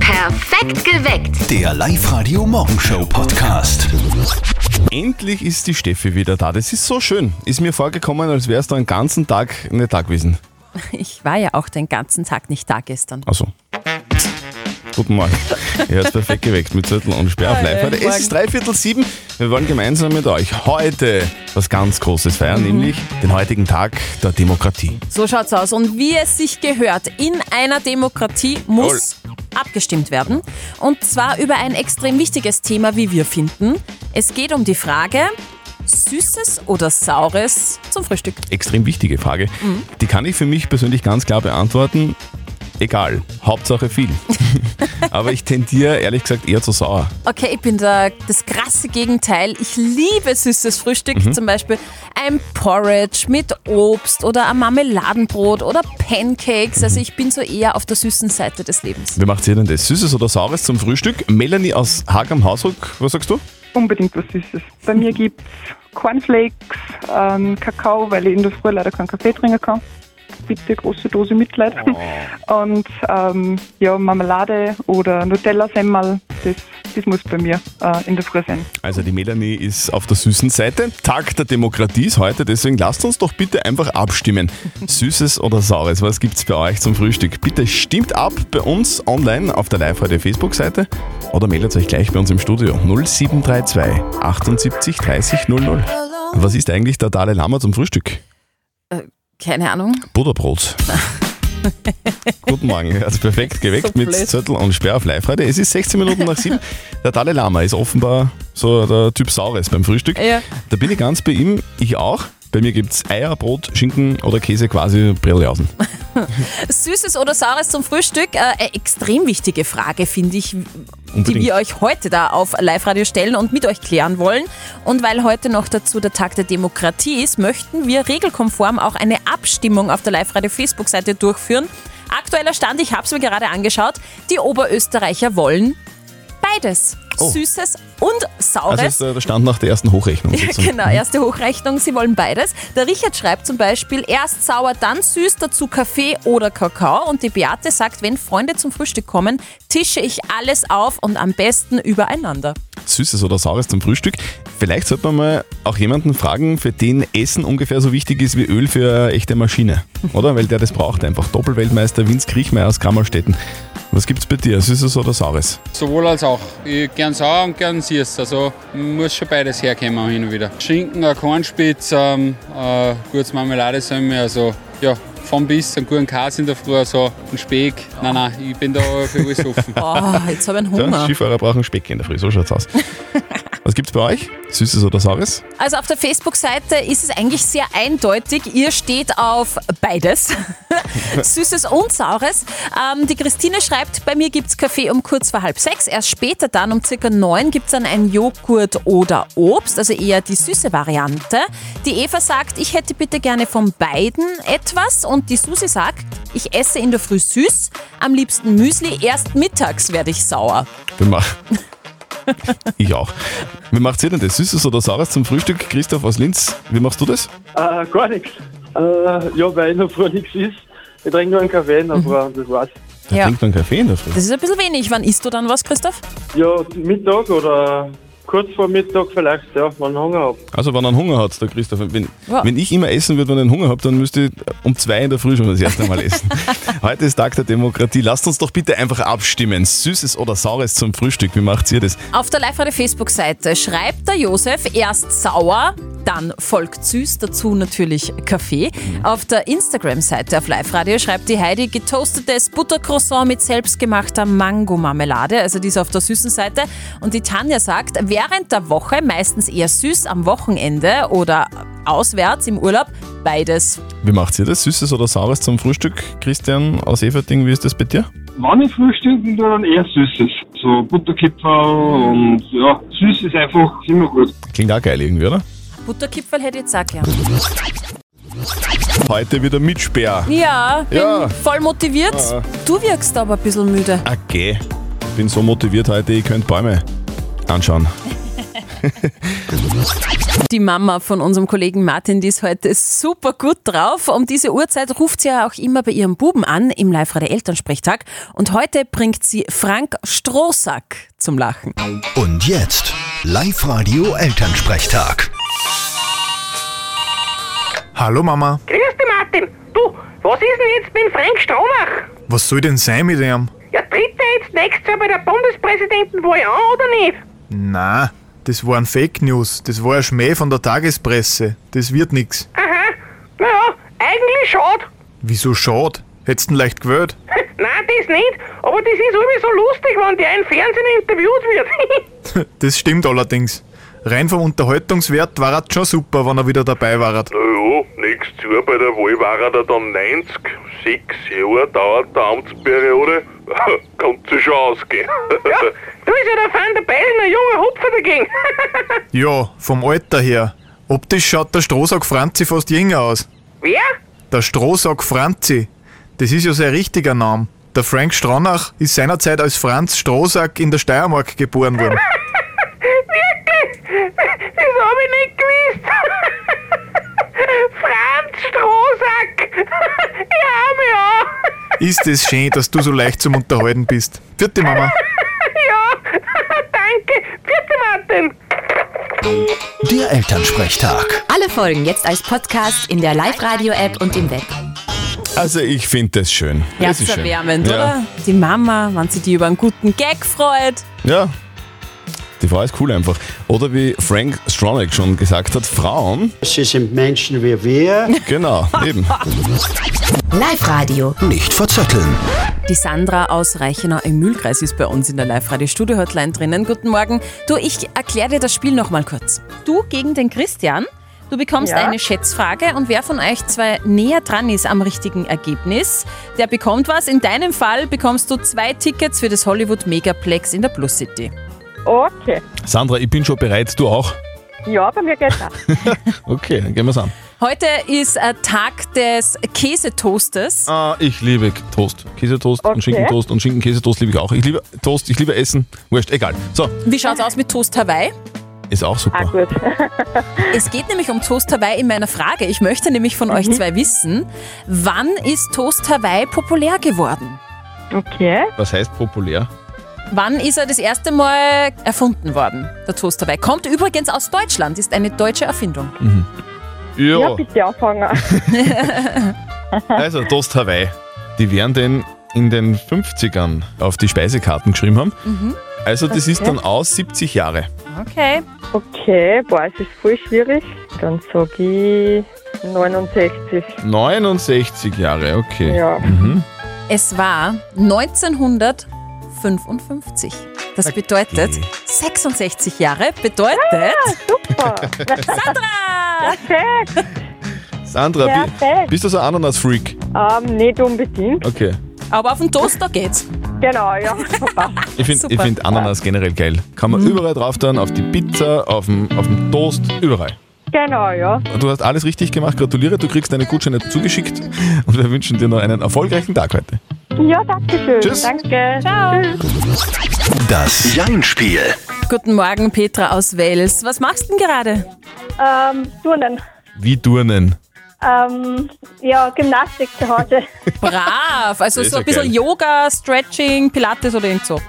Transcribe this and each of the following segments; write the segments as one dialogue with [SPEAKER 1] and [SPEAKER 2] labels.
[SPEAKER 1] Perfekt geweckt.
[SPEAKER 2] Der Live-Radio Morgenshow Podcast.
[SPEAKER 3] Endlich ist die Steffi wieder da. Das ist so schön. Ist mir vorgekommen, als wäre es da einen ganzen Tag nicht da gewesen.
[SPEAKER 4] Ich war ja auch den ganzen Tag nicht da gestern.
[SPEAKER 3] Also. Guten Morgen. Ihr habt perfekt geweckt mit Zettel und Sperr auf live. Heute. Es ist dreiviertel sieben. Wir wollen gemeinsam mit euch heute was ganz Großes feiern, nämlich den heutigen Tag der Demokratie.
[SPEAKER 4] So schaut's aus. Und wie es sich gehört, in einer Demokratie muss abgestimmt werden. Und zwar über ein extrem wichtiges Thema, wie wir finden. Es geht um die Frage, Süßes oder Saures zum Frühstück.
[SPEAKER 3] Extrem wichtige Frage. Die kann ich für mich persönlich ganz klar beantworten. Egal. Hauptsache viel. Aber ich tendiere ehrlich gesagt eher zu sauer.
[SPEAKER 4] Okay, ich bin da das krasse Gegenteil. Ich liebe süßes Frühstück, zum Beispiel ein Porridge mit Obst oder ein Marmeladenbrot oder Pancakes. Also ich bin so eher auf der süßen Seite des Lebens.
[SPEAKER 3] Wie macht ihr denn das? Süßes oder Saures zum Frühstück? Melanie aus Haag am Hausruck, was sagst du?
[SPEAKER 5] unbedingt was Süßes. Bei mir gibt's Cornflakes, ähm, Kakao, weil ich in der Früh leider keinen Kaffee trinken kann. Bitte große Dose Mitleid.
[SPEAKER 6] Oh.
[SPEAKER 5] Und ähm, ja, Marmelade oder Nutella-Semmel, das, das muss bei mir äh, in der Früh sein.
[SPEAKER 3] Also die Melanie ist auf der süßen Seite. Tag der Demokratie ist heute, deswegen lasst uns doch bitte einfach abstimmen. Süßes oder Saures, was gibt's bei euch zum Frühstück? Bitte stimmt ab bei uns online auf der Live-Radio Facebook-Seite oder meldet euch gleich bei uns im Studio 0732 78 30 00. Was ist eigentlich der Dalai Lama zum Frühstück?
[SPEAKER 4] Keine Ahnung.
[SPEAKER 3] Butterbrot. Guten Morgen, also perfekt geweckt
[SPEAKER 4] So
[SPEAKER 3] mit
[SPEAKER 4] blöd.
[SPEAKER 3] Zettel und Sperr auf live heute. Es ist 16 Minuten nach 7. Der Dalai Lama ist offenbar so der Typ Saures beim Frühstück.
[SPEAKER 4] Ja.
[SPEAKER 3] Da bin ich ganz bei ihm, ich auch. Bei mir gibt es Eier, Brot, Schinken oder Käse quasi Brillausen.
[SPEAKER 4] Süßes oder Saures zum Frühstück? Äh, eine extrem wichtige Frage, finde ich, die
[SPEAKER 3] Also
[SPEAKER 4] wir euch heute da auf Live-Radio stellen und mit euch klären wollen. Und weil heute noch dazu der Tag der Demokratie ist, möchten wir regelkonform auch eine Abstimmung auf der Live-Radio Facebook-Seite durchführen. Aktueller Stand, ich habe es mir gerade angeschaut, die Oberösterreicher wollen beides.
[SPEAKER 3] Oh.
[SPEAKER 4] Süßes und Saures.
[SPEAKER 3] Also ist äh, der Stand nach der ersten Hochrechnung.
[SPEAKER 4] Ja,
[SPEAKER 3] sozusagen.
[SPEAKER 4] genau, erste Hochrechnung, sie wollen beides. Der Richard schreibt zum Beispiel erst sauer, dann süß, dazu Kaffee oder Kakao. Und die Beate sagt, wenn Freunde zum Frühstück kommen, tische ich alles auf und am besten übereinander.
[SPEAKER 3] Süßes oder Saures zum Frühstück. Vielleicht sollte man mal auch jemanden fragen, für den Essen ungefähr so wichtig ist wie Öl für eine echte Maschine. Oder? Weil der das braucht einfach. Doppelweltmeister Vince Kriechmeier aus Kammerstetten. Was gibt's bei dir? Süßes oder Saures?
[SPEAKER 7] Sowohl als auch. Ich gern sauer und gern süß. Also muss schon beides herkommen hin und wieder. Schinken, ein Kornspitz, ähm, äh, gutes Marmeladesemmel, also ja, vom bis, einen guten Käse in der Früh, also ein Speck. Nein, nein, ich bin da für alles offen.
[SPEAKER 4] Oh, jetzt habe ich einen
[SPEAKER 3] Ja,
[SPEAKER 4] Hunger.
[SPEAKER 3] Skifahrer brauchen Speck in der Früh, so schaut's aus. Was gibt's bei euch? Süßes oder Saures?
[SPEAKER 4] Also auf der Facebook-Seite ist es eigentlich sehr eindeutig. Ihr steht auf beides. Süßes und Saures. Ähm, die Christine schreibt, bei mir gibt's Kaffee um kurz vor halb sechs. Erst später dann um circa neun gibt's dann ein Joghurt oder Obst, also eher die süße Variante. Die Eva sagt, ich hätte bitte gerne von beiden etwas. Und die Susi sagt, ich esse in der Früh süß, am liebsten Müsli, erst mittags werde ich sauer.
[SPEAKER 3] Wir mach- Ich auch. Wie macht's ihr denn das? Süßes oder Saures zum Frühstück? Christoph aus Linz, wie machst du das?
[SPEAKER 8] Äh, gar nichts. Äh, ja, weil in der Früh nichts ist. Ich trinke nur einen Kaffee in der Früh und das war's.
[SPEAKER 3] Der
[SPEAKER 4] Ja.
[SPEAKER 3] trinkt man Kaffee in der Früh.
[SPEAKER 4] Das ist ein bisschen wenig. Wann isst du dann was, Christoph?
[SPEAKER 8] Ja, Mittag oder kurz vor Mittag vielleicht, ja, wenn ich Hunger habe.
[SPEAKER 3] Also wenn er einen Hunger hat, der Christoph, wenn,
[SPEAKER 4] Ja.
[SPEAKER 3] wenn ich immer essen würde, wenn ich einen Hunger habe, dann müsste ich um zwei in der Früh schon das erste Mal essen. Heute ist Tag der Demokratie. Lasst uns doch bitte einfach abstimmen. Süßes oder Saures zum Frühstück, wie macht ihr das?
[SPEAKER 4] Auf der live Facebook-Seite schreibt der Josef erst sauer, dann folgt süß, dazu natürlich Kaffee. Auf der Instagram-Seite auf Live-Radio schreibt die Heidi getoastetes Buttercroissant mit selbstgemachter Mango-Marmelade, also die ist auf der süßen Seite. Und die Tanja sagt, während der Woche meistens eher süß am Wochenende oder auswärts im Urlaub, beides.
[SPEAKER 3] Wie macht ihr das? Süßes oder Saures zum Frühstück? Christian aus Everding, wie ist das bei dir?
[SPEAKER 9] Wenn ich frühstücken tue, dann eher Süßes. So Butterkipferl und ja, süß ist einfach immer gut.
[SPEAKER 3] Klingt auch geil irgendwie, oder?
[SPEAKER 4] Butterkipferl hätte ich jetzt auch gern.
[SPEAKER 3] Heute wieder mit Sperr.
[SPEAKER 4] Ja, bin
[SPEAKER 3] Ja.
[SPEAKER 4] voll motiviert. Du wirkst aber ein bisschen müde.
[SPEAKER 3] Okay. Bin so motiviert heute, ich könnt Bäume anschauen.
[SPEAKER 4] Die Mama von unserem Kollegen Martin, die ist heute super gut drauf. Um diese Uhrzeit ruft sie ja auch immer bei ihrem Buben an im Live-Radio Elternsprechtag. Und heute bringt sie Frank Strohsack zum Lachen.
[SPEAKER 2] Und jetzt Live-Radio Elternsprechtag.
[SPEAKER 1] Hallo Mama,
[SPEAKER 6] Grüß dich, Martin. Du, was ist denn jetzt mit dem Frank Stronach?
[SPEAKER 1] was soll denn sein mit ihm?
[SPEAKER 6] Ja, tritt er jetzt nächstes Jahr bei der Bundespräsidentenwahl an, oder nicht?
[SPEAKER 1] Na, das waren Fake News, das war ein Schmäh von der Tagespresse, das wird nix.
[SPEAKER 6] Aha. Naja, eigentlich schade.
[SPEAKER 1] Wieso schad? Hättest ihn leicht gewählt?
[SPEAKER 6] Nein, das nicht. Aber das ist irgendwie so lustig, wenn der im Fernsehen interviewt wird.
[SPEAKER 1] Das stimmt allerdings. Rein vom Unterhaltungswert war er schon super, wenn er wieder dabei war.
[SPEAKER 10] Ja, nächstes Jahr bei der Wahl war er dann 90. Sechs Jahre dauert die Amtsperiode. Kannst du schon ausgehen.
[SPEAKER 6] ja, du ist ja der Fan der Bellen, ein junger Hupfer dagegen.
[SPEAKER 1] Ja, vom Alter her. Optisch schaut der Strohsack Franzi fast jünger aus.
[SPEAKER 6] Wer?
[SPEAKER 1] Der Strohsack Franzi. Das ist ja sein richtiger Name. Der Frank Stronach ist seinerzeit als Franz Strohsack in der Steiermark geboren worden.
[SPEAKER 6] Wirklich? Das habe ich nicht gewusst. Franz Strohsack. ja, ja.
[SPEAKER 1] Ist es schön, dass du so leicht zum Unterhalten bist. Vierte Mama.
[SPEAKER 6] Ja, danke. Bitte, Martin.
[SPEAKER 2] Der Elternsprechtag.
[SPEAKER 11] Alle Folgen jetzt als Podcast in der Live-Radio-App und im Web.
[SPEAKER 3] Also ich finde das schön. Das ist schön.
[SPEAKER 4] Herzerwärmend,
[SPEAKER 3] ja.
[SPEAKER 4] oder? Die Mama, wenn sie die über einen guten Gag freut.
[SPEAKER 3] Ja. Die Frau ist cool einfach. Oder wie Frank Stronach schon gesagt hat, Frauen,
[SPEAKER 8] Sie sind Menschen wie wir.
[SPEAKER 3] genau, eben.
[SPEAKER 11] Live-Radio.
[SPEAKER 2] Nicht verzetteln.
[SPEAKER 4] Die Sandra aus Reichenau im Mühlkreis ist bei uns in der Live-Radio-Studio-Hotline drinnen. Guten Morgen. Du, ich erkläre dir das Spiel nochmal kurz. Du gegen den Christian. Du bekommst
[SPEAKER 6] Ja.
[SPEAKER 4] eine Schätzfrage und wer von euch zwei näher dran ist am richtigen Ergebnis, der bekommt was. In deinem Fall bekommst du zwei Tickets für das Hollywood Megaplex in der Plus City.
[SPEAKER 5] Okay.
[SPEAKER 3] Sandra, ich bin schon bereit, du auch.
[SPEAKER 5] Ja, bei mir geht's auch.
[SPEAKER 3] Okay, dann gehen wir's an.
[SPEAKER 4] Heute ist äh, Tag des Käsetoastes.
[SPEAKER 3] Ah, ich liebe Toast. Käsetoast und Schinkentoast und Schinkenkäsetoast liebe ich auch. Ich liebe Toast, ich liebe Essen. Wurscht, egal. So,
[SPEAKER 4] Wie schaut's aus mit Toast Hawaii?
[SPEAKER 3] ist auch super.
[SPEAKER 5] Ah, Gut.
[SPEAKER 4] Es geht nämlich um Toast Hawaii in meiner Frage. Ich möchte nämlich von euch zwei wissen, wann ist Toast Hawaii populär geworden?
[SPEAKER 5] Okay.
[SPEAKER 3] Was heißt populär?
[SPEAKER 4] Wann ist er das erste Mal erfunden worden, der Toast Hawaii? Kommt übrigens aus Deutschland, ist eine deutsche Erfindung.
[SPEAKER 5] Ja,
[SPEAKER 3] Ja,
[SPEAKER 5] bitte anfangen.
[SPEAKER 3] also Toast Hawaii. Die werden den in den 50ern auf die Speisekarten geschrieben haben.
[SPEAKER 5] Mhm.
[SPEAKER 3] Also das ist dann aus 70 Jahre.
[SPEAKER 4] Okay.
[SPEAKER 5] Okay, boah, es ist voll schwierig. Dann sag ich 69.
[SPEAKER 3] 69 Jahre, okay.
[SPEAKER 5] Ja.
[SPEAKER 4] Es war 1955. Das bedeutet 66 Jahre, bedeutet
[SPEAKER 5] Perfekt.
[SPEAKER 3] Sandra, bi-
[SPEAKER 5] Perfekt.
[SPEAKER 3] bist du so ein Ananas-Freak?
[SPEAKER 5] Ähm, nicht unbedingt.
[SPEAKER 3] Okay.
[SPEAKER 4] aber auf den Toaster geht's.
[SPEAKER 5] Genau, ja.
[SPEAKER 3] Ich finde
[SPEAKER 4] Super.
[SPEAKER 3] find Ananas generell geil. Kann
[SPEAKER 5] Mhm.
[SPEAKER 3] man überall drauf tun, auf die Pizza, auf dem auf dem Toast, überall.
[SPEAKER 5] genau, ja.
[SPEAKER 3] Du hast alles richtig gemacht, gratuliere, du kriegst deine Gutscheine zugeschickt und wir wünschen dir noch einen erfolgreichen Tag heute.
[SPEAKER 5] Ja, danke schön.
[SPEAKER 3] Tschüss.
[SPEAKER 5] Danke.
[SPEAKER 2] Das Jein-Spiel.
[SPEAKER 4] Guten Morgen, Petra aus Wales. Was machst du denn gerade?
[SPEAKER 6] Ähm, Turnen.
[SPEAKER 3] Wie Turnen.
[SPEAKER 6] Ähm, ja, Gymnastik zu Hause.
[SPEAKER 4] Brav, also
[SPEAKER 3] Ist
[SPEAKER 4] so
[SPEAKER 3] ja
[SPEAKER 4] ein bisschen
[SPEAKER 3] geil.
[SPEAKER 4] Yoga, Stretching, Pilates oder irgend so.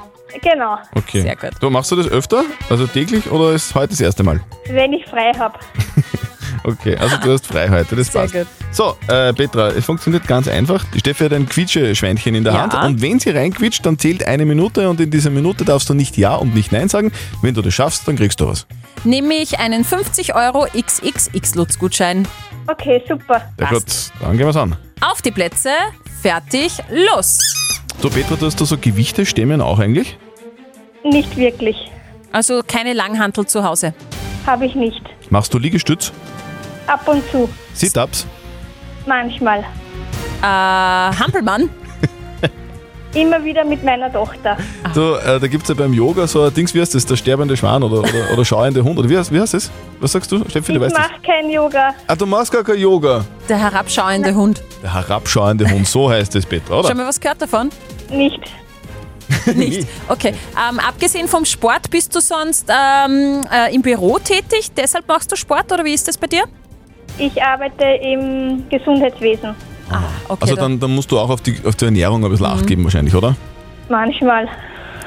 [SPEAKER 6] genau,
[SPEAKER 3] Okay.
[SPEAKER 4] Sehr gut.
[SPEAKER 3] Du, machst du das öfter? Also täglich oder ist heute das erste Mal?
[SPEAKER 6] wenn ich frei habe.
[SPEAKER 3] Okay, also du hast frei heute, das
[SPEAKER 4] Sehr
[SPEAKER 3] passt.
[SPEAKER 4] gut.
[SPEAKER 3] So, äh, Petra, es funktioniert ganz einfach. Die Steffi hat ein Quietscheschweinchen in der
[SPEAKER 4] Ja.
[SPEAKER 3] Hand und wenn sie reinquitscht, dann zählt eine Minute und in dieser Minute darfst du nicht Ja und nicht Nein sagen. Wenn du das schaffst, dann kriegst du was.
[SPEAKER 4] Nehme ich einen 50 Euro XXX-Lutz-Gutschein.
[SPEAKER 6] Okay, super.
[SPEAKER 3] Ja gut,
[SPEAKER 4] Passt.
[SPEAKER 3] dann gehen wir's an.
[SPEAKER 4] Auf die Plätze, fertig, los!
[SPEAKER 3] So, Petra, du hast da so Gewichte stemmen auch eigentlich?
[SPEAKER 6] Nicht wirklich.
[SPEAKER 4] Also keine Langhantel zu Hause.
[SPEAKER 6] Habe ich nicht.
[SPEAKER 3] Machst du Liegestütz,
[SPEAKER 6] Ab und zu.
[SPEAKER 3] Sit-Ups?
[SPEAKER 6] Manchmal.
[SPEAKER 4] Äh, Hampelmann?
[SPEAKER 6] Immer wieder mit meiner Tochter.
[SPEAKER 3] Du, äh, da gibt's ja beim Yoga so ein Dings, wie heißt das, der sterbende Schwan oder, oder, oder schauende Hund, oder wie heißt, wie heißt das? Was sagst du, Steffi,
[SPEAKER 6] Ich
[SPEAKER 3] du weißt das?
[SPEAKER 6] mache kein Yoga.
[SPEAKER 3] Ah, du machst gar kein Yoga.
[SPEAKER 4] Der herabschauende Hund.
[SPEAKER 3] Der herabschauende Hund, so heißt es, Petra,
[SPEAKER 4] Schon
[SPEAKER 3] oder?
[SPEAKER 4] mal was gehört davon?
[SPEAKER 6] Nicht.
[SPEAKER 4] Nicht. Okay. Ähm, abgesehen vom Sport bist du sonst ähm, äh, im Büro tätig, deshalb machst du Sport oder wie ist das bei dir?
[SPEAKER 12] Ich arbeite im Gesundheitswesen.
[SPEAKER 4] okay,
[SPEAKER 3] also dann, dann musst du auch auf die, auf die Ernährung ein bisschen Acht geben wahrscheinlich, oder?
[SPEAKER 12] Manchmal.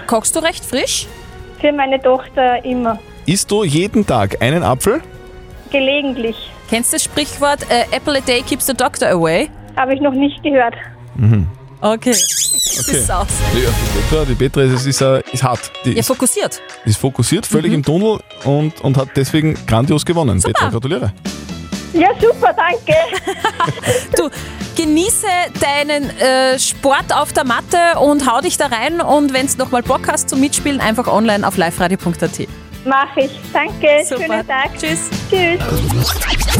[SPEAKER 4] Kochst du recht frisch?
[SPEAKER 12] Für meine Tochter immer.
[SPEAKER 3] Isst du jeden Tag einen Apfel?
[SPEAKER 12] Gelegentlich.
[SPEAKER 4] Kennst du das Sprichwort äh, Apple a day keeps the doctor away?
[SPEAKER 12] Habe ich noch nicht gehört.
[SPEAKER 3] Mhm.
[SPEAKER 4] Okay. Das
[SPEAKER 3] Okay.
[SPEAKER 4] ist aus.
[SPEAKER 3] Ja, die Petra, die Petra ist, ist, ist, äh, ist hart. Die
[SPEAKER 4] Ja,
[SPEAKER 3] ist,
[SPEAKER 4] fokussiert.
[SPEAKER 3] ist fokussiert, völlig im Tunnel und, und hat deswegen grandios gewonnen. Petra, gratuliere.
[SPEAKER 12] Ja, super, danke.
[SPEAKER 4] Du, genieße deinen äh, Sport auf der Matte und hau dich da rein. Und wenn du nochmal Bock hast zum Mitspielen, einfach online auf liveradio.at.
[SPEAKER 12] Mach ich. Danke. Schönen Tag.
[SPEAKER 4] Tschüss.
[SPEAKER 12] Tschüss.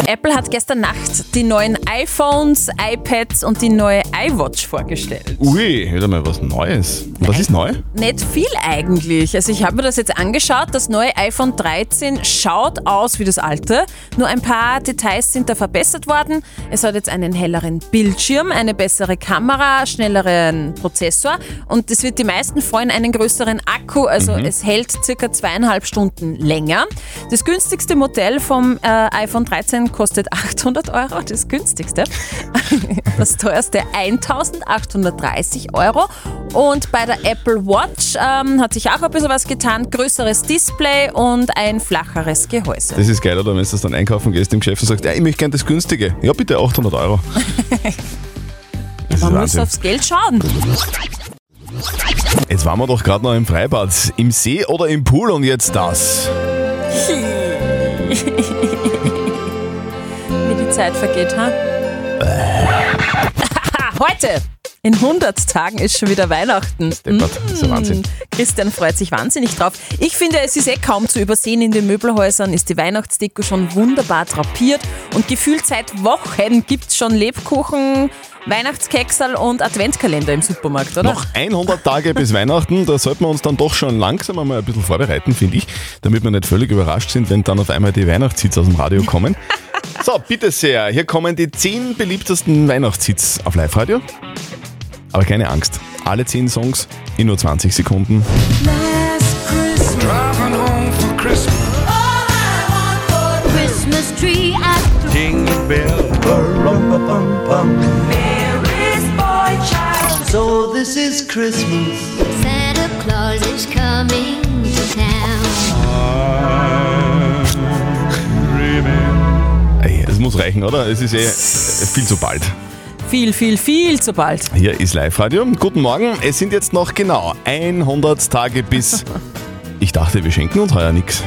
[SPEAKER 4] Apple hat gestern Nacht die neuen iPhones, iPads und die neue iWatch vorgestellt.
[SPEAKER 3] Ui, wieder mal was Neues. Was ist neu?
[SPEAKER 4] Nicht viel eigentlich. Also ich habe mir das jetzt angeschaut. Das neue iPhone 13 schaut aus wie das alte. Nur ein paar Details sind da verbessert worden. Es hat jetzt einen helleren Bildschirm, eine bessere Kamera, schnelleren Prozessor und das wird die meisten freuen, einen größeren Akku. Also
[SPEAKER 13] Mhm.
[SPEAKER 4] es hält circa zweieinhalb Stunden länger. Das günstigste Modell vom äh, iPhone 13 kostet 800 Euro. Das günstigste. Das teuerste 1830 Euro. Und bei der Apple Watch ähm, hat sich auch ein bisschen was getan. Größeres Display und ein flacheres Gehäuse.
[SPEAKER 3] Das ist geil, oder? Wenn du das dann einkaufen gehst im Geschäft und sagst, ja, ich möchte gerne das günstige. Ja, bitte 800 Euro. Das ist
[SPEAKER 4] Man muss
[SPEAKER 3] Wahnsinn.
[SPEAKER 4] aufs Geld schauen.
[SPEAKER 3] Jetzt waren wir doch gerade noch im Freibad, im See oder im Pool und jetzt das.
[SPEAKER 4] Wie die Zeit vergeht, ha? Haha, Heute! In 100 Tagen ist schon wieder Weihnachten.
[SPEAKER 3] Das ist ja Wahnsinn.
[SPEAKER 4] Mhm. Christian freut sich wahnsinnig drauf. Ich finde, es ist eh kaum zu übersehen. In den Möbelhäusern ist die Weihnachtsdeko schon wunderbar drapiert und gefühlt seit Wochen gibt es schon Lebkuchen, Weihnachtskeksal und Adventkalender im Supermarkt, oder?
[SPEAKER 3] Noch 100 Tage bis Weihnachten, da sollten wir uns dann doch schon langsam einmal ein bisschen vorbereiten, finde ich, damit wir nicht völlig überrascht sind, wenn dann auf einmal die Weihnachtshits aus dem Radio kommen. So, bitte sehr, hier kommen die 10 beliebtesten Weihnachtshits auf Live-Radio. Aber keine Angst, alle 10 Songs in nur 20 Sekunden.
[SPEAKER 14] Driving home for Christmas.
[SPEAKER 13] Christmas tree at
[SPEAKER 14] Ding a bell. Ba-rum-ba-bum-bum.
[SPEAKER 13] Mary's boy child. So this is Christmas. Santa Claus is coming to town.
[SPEAKER 3] Ey, es muss reichen, oder? Es ist eh äh, viel zu bald.
[SPEAKER 4] Viel, viel, viel zu bald.
[SPEAKER 3] Hier ist Live-Radio. Guten Morgen. Es sind jetzt noch genau 100 Tage bis. Ich dachte, wir schenken uns heuer nichts.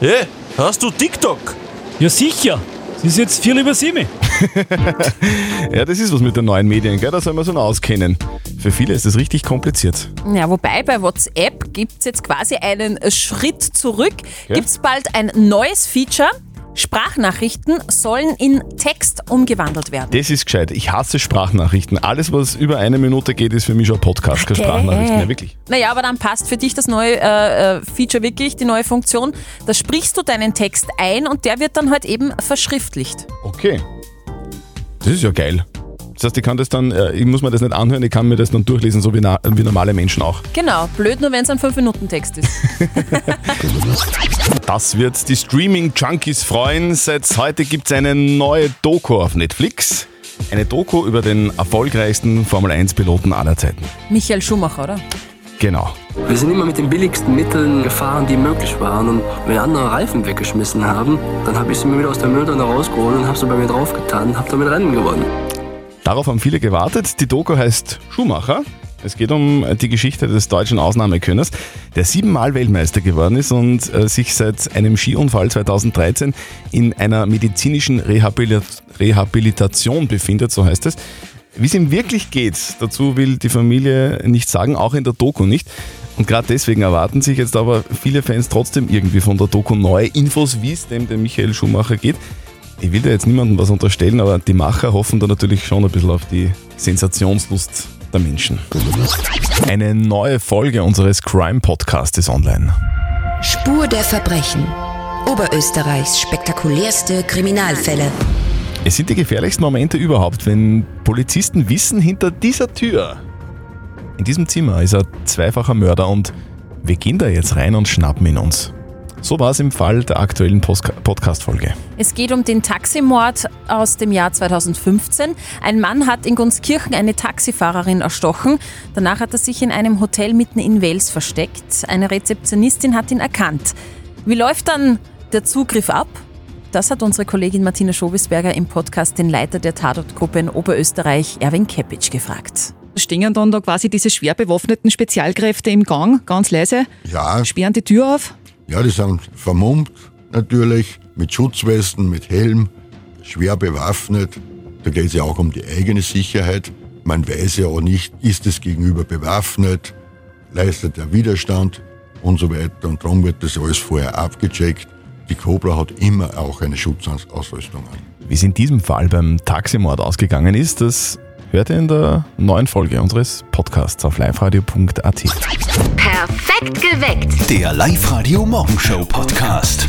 [SPEAKER 15] Hey, hast du TikTok? Ja, sicher. Es ist jetzt viel über sieben.
[SPEAKER 3] Ja, das ist was mit den neuen Medien, gell? Da soll man so noch auskennen. Für viele ist das richtig kompliziert.
[SPEAKER 4] Ja, wobei bei WhatsApp gibt es jetzt quasi einen Schritt zurück.
[SPEAKER 3] Ja.
[SPEAKER 4] Gibt es bald ein neues Feature? Sprachnachrichten sollen in Text umgewandelt werden.
[SPEAKER 3] Das ist gescheit. Ich hasse Sprachnachrichten. Alles, was über eine Minute geht, ist für mich schon Podcast, keine
[SPEAKER 4] Okay.
[SPEAKER 3] Sprachnachrichten. Ja, wirklich.
[SPEAKER 4] Äh, Naja, aber dann passt für dich das neue äh, äh, Feature wirklich, die neue Funktion. Da sprichst du deinen Text ein und der wird dann halt eben verschriftlicht.
[SPEAKER 3] Okay. Das ist ja geil. Das heißt, ich kann das dann, äh, ich muss mir das nicht anhören, ich kann mir das dann durchlesen, so wie, na, wie normale Menschen auch.
[SPEAKER 4] Genau, blöd nur, wenn es ein 5-Minuten-Text ist.
[SPEAKER 3] Das wird die Streaming-Junkies freuen. Seit heute gibt es eine neue Doku auf Netflix. Eine Doku über den erfolgreichsten Formel-1-Piloten aller Zeiten.
[SPEAKER 4] Michael Schumacher, oder?
[SPEAKER 3] Genau.
[SPEAKER 16] Wir sind immer mit den billigsten Mitteln gefahren, die möglich waren. Und wenn andere Reifen weggeschmissen haben, dann habe ich sie mir wieder aus der Mülltonne rausgeholt und habe sie bei mir draufgetan und habe damit Rennen gewonnen.
[SPEAKER 3] Darauf haben viele gewartet. Die Doku heißt Schumacher. Es geht um die Geschichte des deutschen Ausnahmeköners, der siebenmal Weltmeister geworden ist und äh, sich seit einem Skiunfall 2013 in einer medizinischen Rehabilit Rehabilitation befindet, so heißt es. Wie es ihm wirklich geht, dazu will die Familie nicht sagen, auch in der Doku nicht. Und gerade deswegen erwarten sich jetzt aber viele Fans trotzdem irgendwie von der Doku neue Infos, wie es dem, dem Michael Schumacher geht. Ich will da jetzt niemandem was unterstellen, aber die Macher hoffen da natürlich schon ein bisschen auf die Sensationslust der Menschen. Eine neue Folge unseres Crime Podcasts ist online.
[SPEAKER 17] Spur der Verbrechen. Oberösterreichs spektakulärste Kriminalfälle.
[SPEAKER 3] Es sind die gefährlichsten Momente überhaupt, wenn Polizisten wissen, hinter dieser Tür In diesem Zimmer ist ein zweifacher Mörder und wir gehen da jetzt rein und schnappen ihn uns. So war es im Fall der aktuellen Postka- Podcast-Folge.
[SPEAKER 4] Es geht um den Taximord aus dem Jahr 2015. Ein Mann hat in Gunskirchen eine Taxifahrerin erstochen. Danach hat er sich in einem Hotel mitten in Wales versteckt. Eine Rezeptionistin hat ihn erkannt. Wie läuft dann der Zugriff ab? Das hat unsere Kollegin Martina Schobisberger im Podcast den Leiter der Tatortgruppe in Oberösterreich, Erwin Kepic, gefragt.
[SPEAKER 18] Stehen dann da quasi diese schwer bewaffneten Spezialkräfte im Gang, ganz leise,
[SPEAKER 19] Ja,
[SPEAKER 18] sperren die Tür auf.
[SPEAKER 19] ja, die sind vermummt natürlich, mit Schutzwesten, mit Helm, schwer bewaffnet. Da geht es ja auch um die eigene Sicherheit. Man weiß ja auch nicht, ist es gegenüber bewaffnet, leistet er Widerstand und so weiter. Und darum wird das alles vorher abgecheckt. Die Cobra hat immer auch eine Schutzausrüstung an.
[SPEAKER 3] Wie es in diesem Fall beim Taximord ausgegangen ist, das hört ihr in der neuen Folge unseres Podcasts auf liveradio.at.
[SPEAKER 11] Perfekt geweckt.
[SPEAKER 2] Der Live-Radio Morgenshow Podcast.